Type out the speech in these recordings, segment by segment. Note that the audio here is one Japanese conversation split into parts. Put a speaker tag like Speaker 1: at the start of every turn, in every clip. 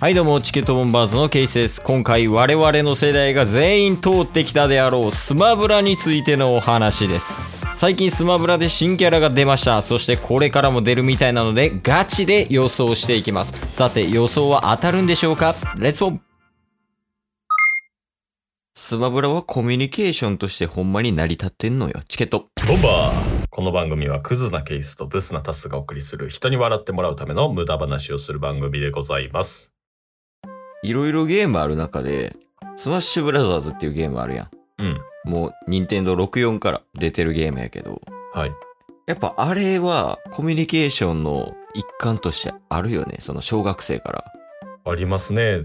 Speaker 1: はいどうもチケットボンバーズのケイスです今回我々の世代が全員通ってきたであろうスマブラについてのお話です最近スマブラで新キャラが出ましたそしてこれからも出るみたいなのでガチで予想していきますさて予想は当たるんでしょうかレッツゴースマブラはコミュニケーションとしてほんまに成り立ってんのよチケット
Speaker 2: ボンバーこの番組はクズなケースとブスなタスがお送りする人に笑ってもらうための無駄話をする番組でございます。
Speaker 1: いろいろゲームある中でスマッシュブラザーズっていうゲームあるやん
Speaker 2: うん。
Speaker 1: もう任天堂64から出てるゲームやけど
Speaker 2: はい。
Speaker 1: やっぱあれはコミュニケーションの一環としてあるよねその小学生から
Speaker 2: ありますね。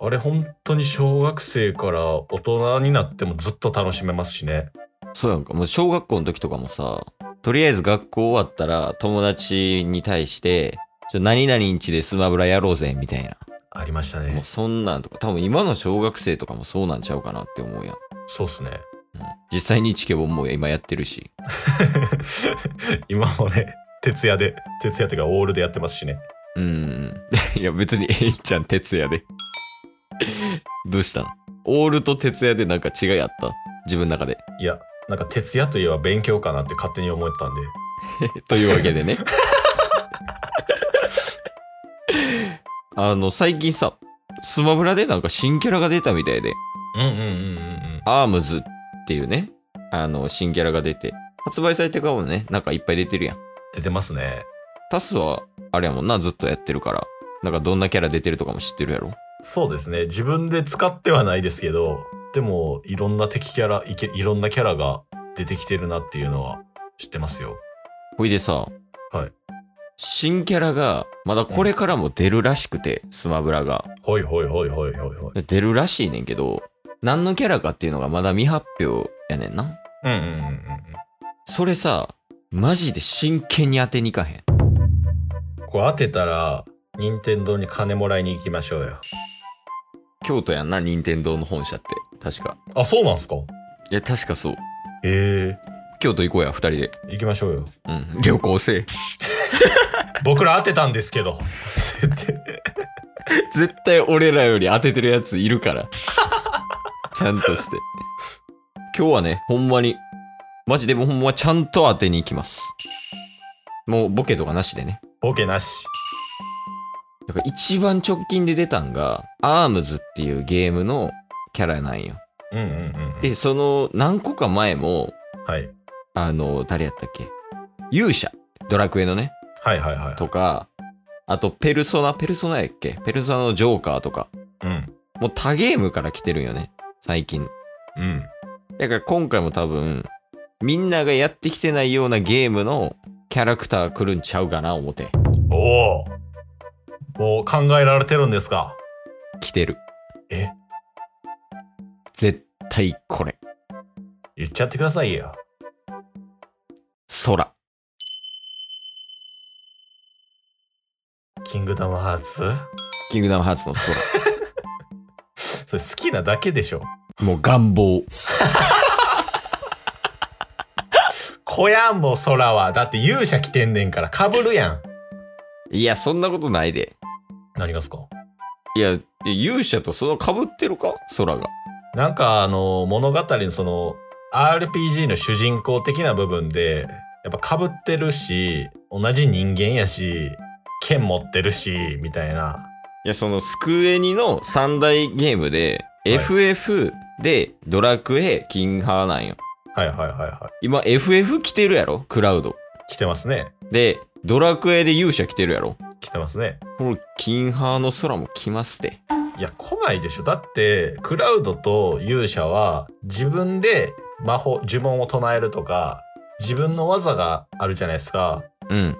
Speaker 2: あれ本当に小学生から大人になってもずっと楽しめますしね。
Speaker 1: そうやんかもう小学校の時とかもさとりあえず学校終わったら友達に対してちょ何々んちでスマブラやろうぜみたいな
Speaker 2: ありました
Speaker 1: も
Speaker 2: ね
Speaker 1: う。そんなんとか多分今の小学生とかもそうなんちゃうかなって思うやん、
Speaker 2: そうっすね。
Speaker 1: うん実際にチケボンも今やってるし
Speaker 2: 今もね、徹夜で、徹夜というかオールでやってますしね。
Speaker 1: うん。 いや、別に、えいちゃん、徹夜で。どうしたのオールと徹夜でなんか違いあった自分の中で。
Speaker 2: いや、なんか徹夜といえば勉強かなって勝手に思ったんで。
Speaker 1: というわけでね。あの、最近さ、スマブラでなんか新キャラが出たみたいで、
Speaker 2: うんうんうんうん
Speaker 1: アームズっていうね、あの、新キャラが出て、発売されてからもね、なんかいっぱい出てるやん。
Speaker 2: 出てますね。
Speaker 1: タスは、あれやもんな、ずっとやってるから、なんかどんなキャラ出てるとかも知ってるやろ
Speaker 2: そうですね自分で使ってはないですけどでもいろんな敵キャラいけいろんなキャラが出てきてるなっていうのは知ってますよ
Speaker 1: ほいでさ、
Speaker 2: はい
Speaker 1: 新キャラが、まだこれからも出るらしくて、スマブラが。
Speaker 2: ほいほいほいほいほいほい
Speaker 1: で出るらしいねんけど、何のキャラかっていうのがまだ未発表やねんな。
Speaker 2: うんうんうんうん
Speaker 1: それさ、マジで真剣に当てに行かへん。
Speaker 2: これ当てたら任天堂に金もらいに行きましょうよ
Speaker 1: 京都やんな、任天堂の本社って。確か。
Speaker 2: あそうなんすか
Speaker 1: いや、確かそう。
Speaker 2: え
Speaker 1: 京都行こうや、二人で。
Speaker 2: え行きましょうよ
Speaker 1: うん、旅行せえ。
Speaker 2: 僕ら当てたんですけど
Speaker 1: 絶対俺らより当ててるやついるから。 ちゃんとして。今日はね、ほんまに、マジでもほんまちゃんと当てに行きます。もうボケとかなしでね。
Speaker 2: ボケなし
Speaker 1: だから一番直近で出たんが、アームズっていうゲームのキャラなんよ。
Speaker 2: うんうんうんうん
Speaker 1: で、その何個か前も、
Speaker 2: はい
Speaker 1: あの、誰やったっけ勇者。ドラクエのね。
Speaker 2: はいはいはい
Speaker 1: とか、あと、ペルソナ、ペルソナやっけペルソナのジョーカーとか。
Speaker 2: うん
Speaker 1: もう他ゲームから来てるんよね。最近。
Speaker 2: うん
Speaker 1: だから今回も多分みんながやってきてないようなゲームのキャラクター来るんちゃうかな思って
Speaker 2: おおもう考えられてるんですか
Speaker 1: 来てる
Speaker 2: え
Speaker 1: 絶対これ
Speaker 2: 言っちゃってくださいよ
Speaker 1: 空
Speaker 2: キングダムハーツ
Speaker 1: キングダムハーツの
Speaker 2: それ好きなだけでしょ。
Speaker 1: 空 もう願望
Speaker 2: 小屋も空は、だって勇者来てんねんから被るやん。
Speaker 1: いやそんなことないで
Speaker 2: 何がっすか
Speaker 1: いや勇者とそのかぶってるか空が
Speaker 2: なんかあの、物語のその、RPG の主人公的な部分で、やっぱ被ってるし、同じ人間やし、剣持ってるし、みたいな。
Speaker 1: いやそのスクエニの三大ゲームで、
Speaker 2: い
Speaker 1: FF でドラクエキンハーなんよ
Speaker 2: はいはいはいは
Speaker 1: 今 FF 来てるやろクラウド
Speaker 2: い。来てますね。
Speaker 1: でドラクエで勇者来てるやろ
Speaker 2: 来てますね。
Speaker 1: この金ハーの空も来ますって。
Speaker 2: いや、来ないでしょ。だって、クラウドと勇者は、自分で魔法、呪文を唱えるとか、自分の技があるじゃないですか。
Speaker 1: うん。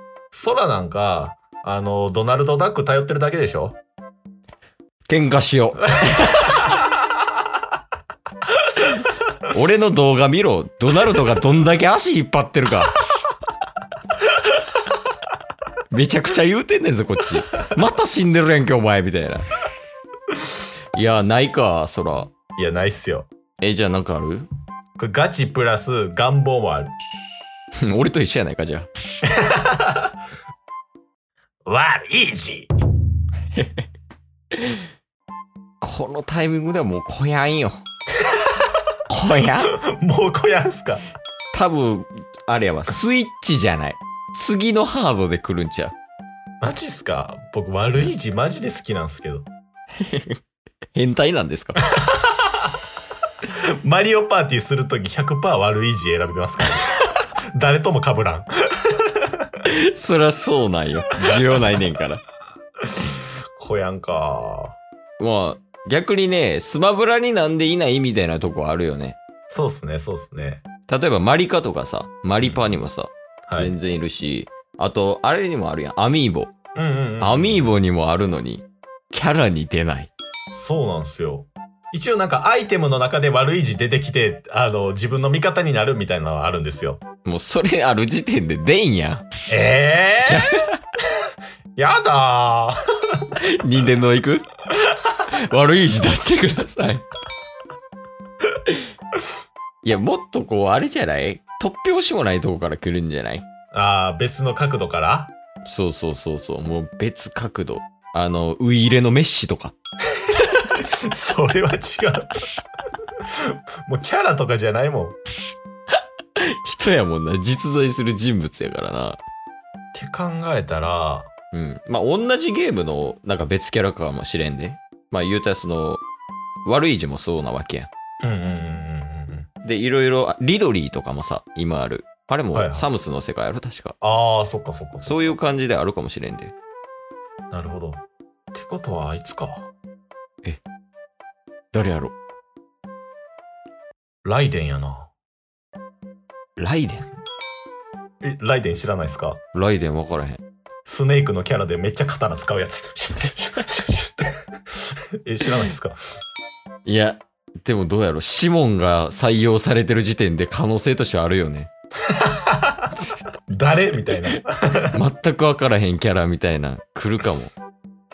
Speaker 2: 空なんか、あの、ドナルド・ダック頼ってるだけでしょ
Speaker 1: 喧嘩しよう。俺の動画見ろ。ドナルドがどんだけ足引っ張ってるか。めちゃくちゃ言うてんねんぞ、こっち。また死んでるやんけ、お前、みたいな。いや、ないか、空。
Speaker 2: いや、ないっすよ。
Speaker 1: え、じゃあなんかある
Speaker 2: これガチプラス願望もある。
Speaker 1: 俺と一緒やないか、じゃあ。
Speaker 2: わー、イージー
Speaker 1: このタイミングではもうこやんよこやん
Speaker 2: もうこやんすか
Speaker 1: 多分あれやわスイッチじゃない次のハードで来るんちゃう
Speaker 2: マジっすか僕、悪い字マジで好きなんすけど。
Speaker 1: 変態なんですか
Speaker 2: マリオパーティーするとき100%悪い字選びますから、ね、 誰とも被らん。
Speaker 1: そりゃそうなんよ需要ないねんから
Speaker 2: こやんか。
Speaker 1: まあ逆にねスマブラになんでいないみたいなとこあるよね
Speaker 2: そうっすね、そうっすね。
Speaker 1: 例えばマリカとかさマリパにもさ、
Speaker 2: はい。う
Speaker 1: 全
Speaker 2: ん
Speaker 1: 然いるしあとあれにもあるやんアミーボ、
Speaker 2: うんうん。
Speaker 1: アミーボにもあるのにキャラに出ない
Speaker 2: そうなんすよ。一応なんかアイテムの中で悪い字出てきて、あの、自分の味方になるみたいなのはあるんですよ。
Speaker 1: もうそれある時点で出んや
Speaker 2: え えー、やだー。
Speaker 1: ん任天堂行く悪い字出してくださいいやもっとこうあれじゃない突拍子もないとこから来るんじゃない
Speaker 2: ああ、別の角度から
Speaker 1: そうそうそうそうもう別角度あのウイイレのメッシとか
Speaker 2: それは違う。もうキャラとかじゃないもん。
Speaker 1: 人やもんな実在する人物やからな
Speaker 2: って考えたら、
Speaker 1: うん。まあ、同じゲームの、なんか別キャラかもしれんで。まあ、言うたらその、悪い字もそうなわけや
Speaker 2: うんうんうんうんうん。
Speaker 1: ん。で、いろいろ、あリドリーとかもさ、今ある。あれも
Speaker 2: はいはい
Speaker 1: サムスの世界やろ、確か。
Speaker 2: ああ、そっかそっかそっ
Speaker 1: そういう感じであるかもしれんで。
Speaker 2: か。なるほど。ってことはあいつか。
Speaker 1: 誰やろ
Speaker 2: ライデンやな。
Speaker 1: ライデン
Speaker 2: え、ライデン知らないですか
Speaker 1: ライデン分からへん。
Speaker 2: スネークのキャラでめっちゃ刀使うやつ。 シュッシュッシュッシュッシュッってえ、知らないですか
Speaker 1: いや、でもどうやろシモンが採用されてる時点で可能性としてはあるよね。
Speaker 2: 誰みたいな。
Speaker 1: 全く分からへんキャラみたいな、来るかも。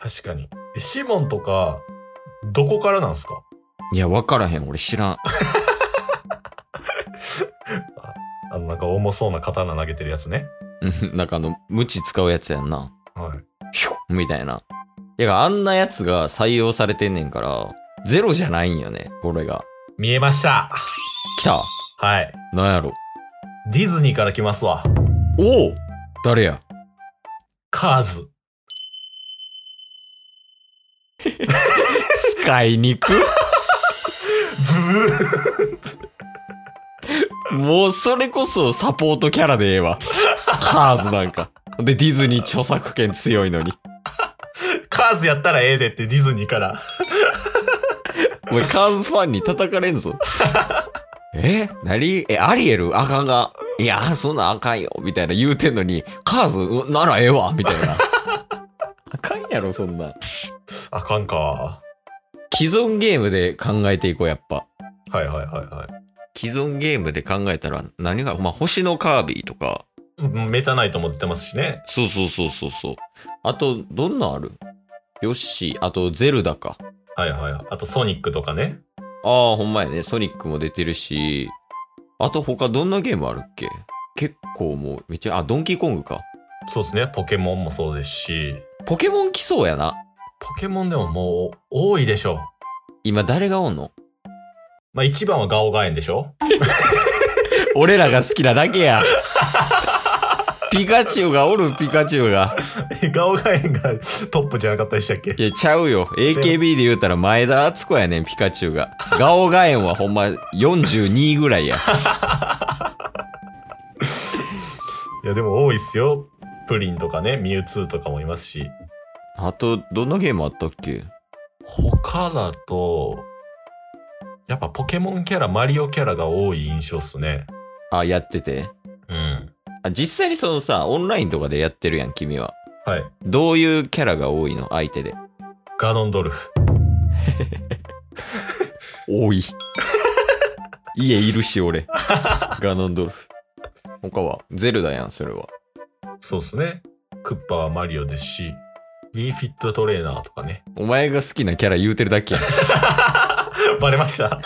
Speaker 2: 確かに。えシモンとか、どこからなんすか
Speaker 1: いや、分からへん。俺知らん。
Speaker 2: あの、なんか重そうな刀投げてるやつね。
Speaker 1: うん なんかあの、無知使うやつやんな。
Speaker 2: はい。
Speaker 1: ヒュッみたいな。いや、あんなやつが採用されてんねんから、ゼロじゃないんよね、これが。
Speaker 2: 見えました。
Speaker 1: 来た
Speaker 2: はい。
Speaker 1: なんやろ。
Speaker 2: ディズニーから来ますわ。
Speaker 1: おお誰や
Speaker 2: カーズ。
Speaker 1: 使いにく
Speaker 2: ブ
Speaker 1: もうそれこそサポートキャラでええわ。カーズなんか。で、ディズニー著作権強いのに。
Speaker 2: ーカーズやったらええでってディズニーから。
Speaker 1: お前、カーズファンに叩かれんぞ。え何え、アリエルあかんが。いや、そんなんあかんよ。みたいな言うてんのに、カーズうんならええわ。みたいな。あかんやろ、そんなん。
Speaker 2: あかんか。
Speaker 1: 既存ゲームで考えていこうやっぱ
Speaker 2: はいはいはいはい
Speaker 1: 既存ゲームで考えたら何がまあ星のカービィとか
Speaker 2: うん。メタナイトも出てますしね。
Speaker 1: そうそうそうそうそうあとどんなんあるヨッシーあとゼルダか
Speaker 2: はいはいはい。あとソニックとかね。
Speaker 1: ああほんまやねソニックも出てるしあと他どんなゲームあるっけ結構もうめっちゃあドンキーコングか
Speaker 2: そうですね。ポケモンもそうですし。
Speaker 1: ポケモン来そうやな
Speaker 2: ポケモンでももう多いでしょう。
Speaker 1: 今誰がおんの
Speaker 2: まあ一番はガオガエンでしょ
Speaker 1: 俺らが好きなだけや ピカチュウがおるピカチュウが
Speaker 2: え ガオガエンがトップじゃなかったでしたっけ
Speaker 1: いや、ちゃうよ。AKB で言うたら前田敦子やねん、ピカチュウが。ガオガエンはほんま42位ぐらいや。
Speaker 2: いやでも多いっすよ。プリンとかね、ミュウツーとかもいますし。
Speaker 1: あと、どんなゲームあったっけ
Speaker 2: 他だと、やっぱポケモンキャラ、マリオキャラが多い印象っすね。
Speaker 1: あ、やってて。
Speaker 2: うん。
Speaker 1: あ、実際にそのさ、オンラインとかでやってるやん、君は。
Speaker 2: はい。
Speaker 1: どういうキャラが多いの相手で。
Speaker 2: ガノンドルフ。
Speaker 1: 多い。家いるし、俺。ガノンドルフ。他はゼルダやん、それは。
Speaker 2: そうっすね。クッパはマリオですし、リーフィットトレーナーとかね。
Speaker 1: お前が好きなキャラ言うてるだけやん。
Speaker 2: バレました。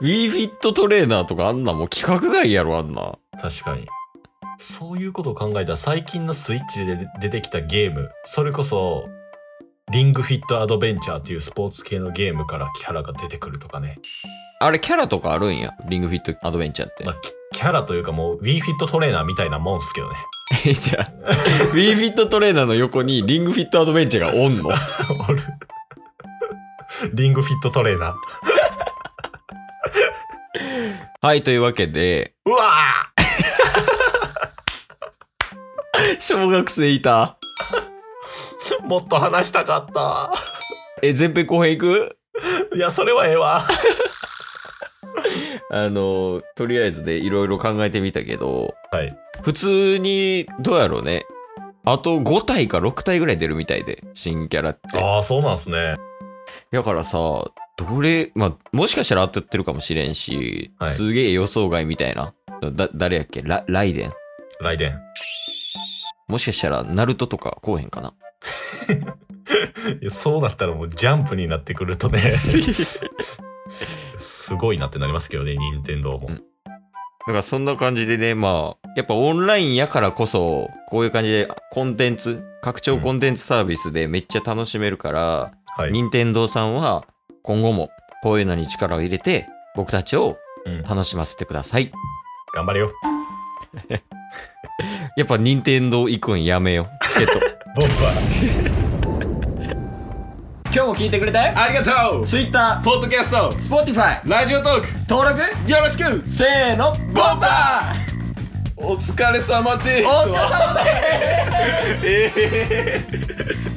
Speaker 1: ウィーフィットトレーナーとかあんなもう企画外やろ、あんな。
Speaker 2: 確かに。そういうことを考えたら最近のスイッチで出てきたゲーム、それこそ、リングフィットアドベンチャーっていうスポーツ系のゲームからキャラが出てくるとかね。
Speaker 1: あれキャラとかあるんや。リングフィットアドベンチャーって
Speaker 2: ま。あ、キキャラというかもう Wii フィットトレーナーみたいなもんっすけどね。
Speaker 1: え、じゃあ、 ウィーフィットトレーナーの横にリングフィットアドベンチャーがおんの
Speaker 2: おる。 リングフィットトレーナー。
Speaker 1: はい、というわけで、
Speaker 2: うわー
Speaker 1: 小学生いた。
Speaker 2: もっと話したかった。
Speaker 1: え、前編後編行く
Speaker 2: いや、それはええわ。
Speaker 1: あの、とりあえずでいろいろ考えてみたけど、
Speaker 2: はい。
Speaker 1: 普通に、どうやろうね。あと5体か6体ぐらい出るみたいで、新キャラって。
Speaker 2: ああ、そうなんすね。
Speaker 1: だからさ、どれ、まあ、もしかしたら当たってるかもしれんし、
Speaker 2: はい
Speaker 1: すげえ予想外みたいな。だ、誰やっけラライデン
Speaker 2: ライデン。
Speaker 1: もしかしたら、ナルトとかこうへんかな
Speaker 2: いやそうなったらもうジャンプになってくると ね、すごいなってなりますけどね、任天堂も
Speaker 1: う。んなんかそんな感じでね、まあ、やっぱオンラインやからこそ、こういう感じでコンテンツ、拡張コンテンツサービスでめっちゃ楽しめるから、
Speaker 2: はい。
Speaker 1: 任天堂さんは今後もこういうのに力を入れて、僕たちを
Speaker 2: うん
Speaker 1: 楽しませてください。
Speaker 2: 頑張れよ。
Speaker 1: やっぱ任天堂行くんやめよう。チケット。
Speaker 2: 僕は。
Speaker 1: 今日も聞いてくれたよ
Speaker 2: ありがとう
Speaker 1: Twitter、
Speaker 2: ポッドキャスト
Speaker 1: Spotify、
Speaker 2: ラジオトーク
Speaker 1: 登録
Speaker 2: よろしく
Speaker 1: せーの、ボンバー
Speaker 2: お疲れ様です
Speaker 1: お疲れ様です
Speaker 2: ええ